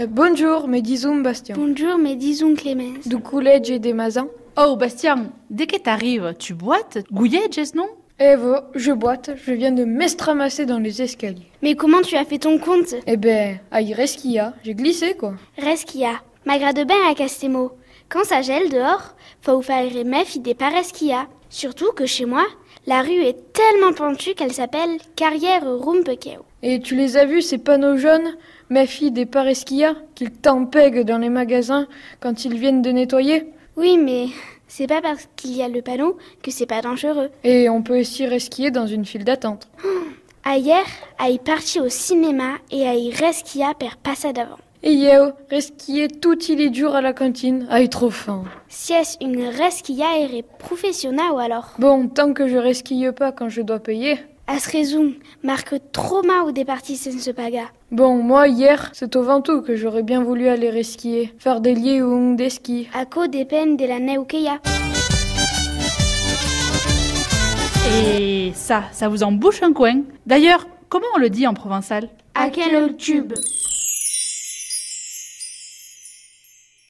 Euh, Bonjour, me disons Bastien. Bonjour, mais disons Clémence. Du collège et des Mazins. Oh, Bastien, dès que t'arrives, tu boites Gouillet, non Eh vous, je boite, je viens de m'estramasser dans les escaliers. Mais comment tu as fait ton compte Eh ben, à y reste qu'il y a, j'ai glissé quoi. Reste qu'il y a. Ma grade de bain a cassé mots. Quand ça gèle dehors, faut vous faire mef des pares qu'il y a. Surtout que chez moi, la rue est tellement pentue qu'elle s'appelle Carrière Rumpekeo. Et tu les as vus, ces panneaux jaunes Ma fille des paresquillas qu'ils t'empèguent dans les magasins quand ils viennent de nettoyer Oui, mais c'est pas parce qu'il y a le panneau que c'est pas dangereux. Et on peut aussi resquiller dans une file d'attente. Ailleurs, à y partir au cinéma et à y resquilla per passa d'avant. Et yeo, Eh, resquiller tout il est dur à la cantine. Aïe, trop faim. Si est une resquilla ere professionna ou alors Bon, tant que je resquille pas quand je dois payer. À ce raison, marque trauma ou des parties se paga. Bon, moi, hier, c'est au Ventoux que j'aurais bien voulu aller resquiller. Faire des liés ou des skis. À cause des peines de la neukeya. Et ça, ça vous embouche un coin. D'ailleurs, comment on le dit en provençal À quel tube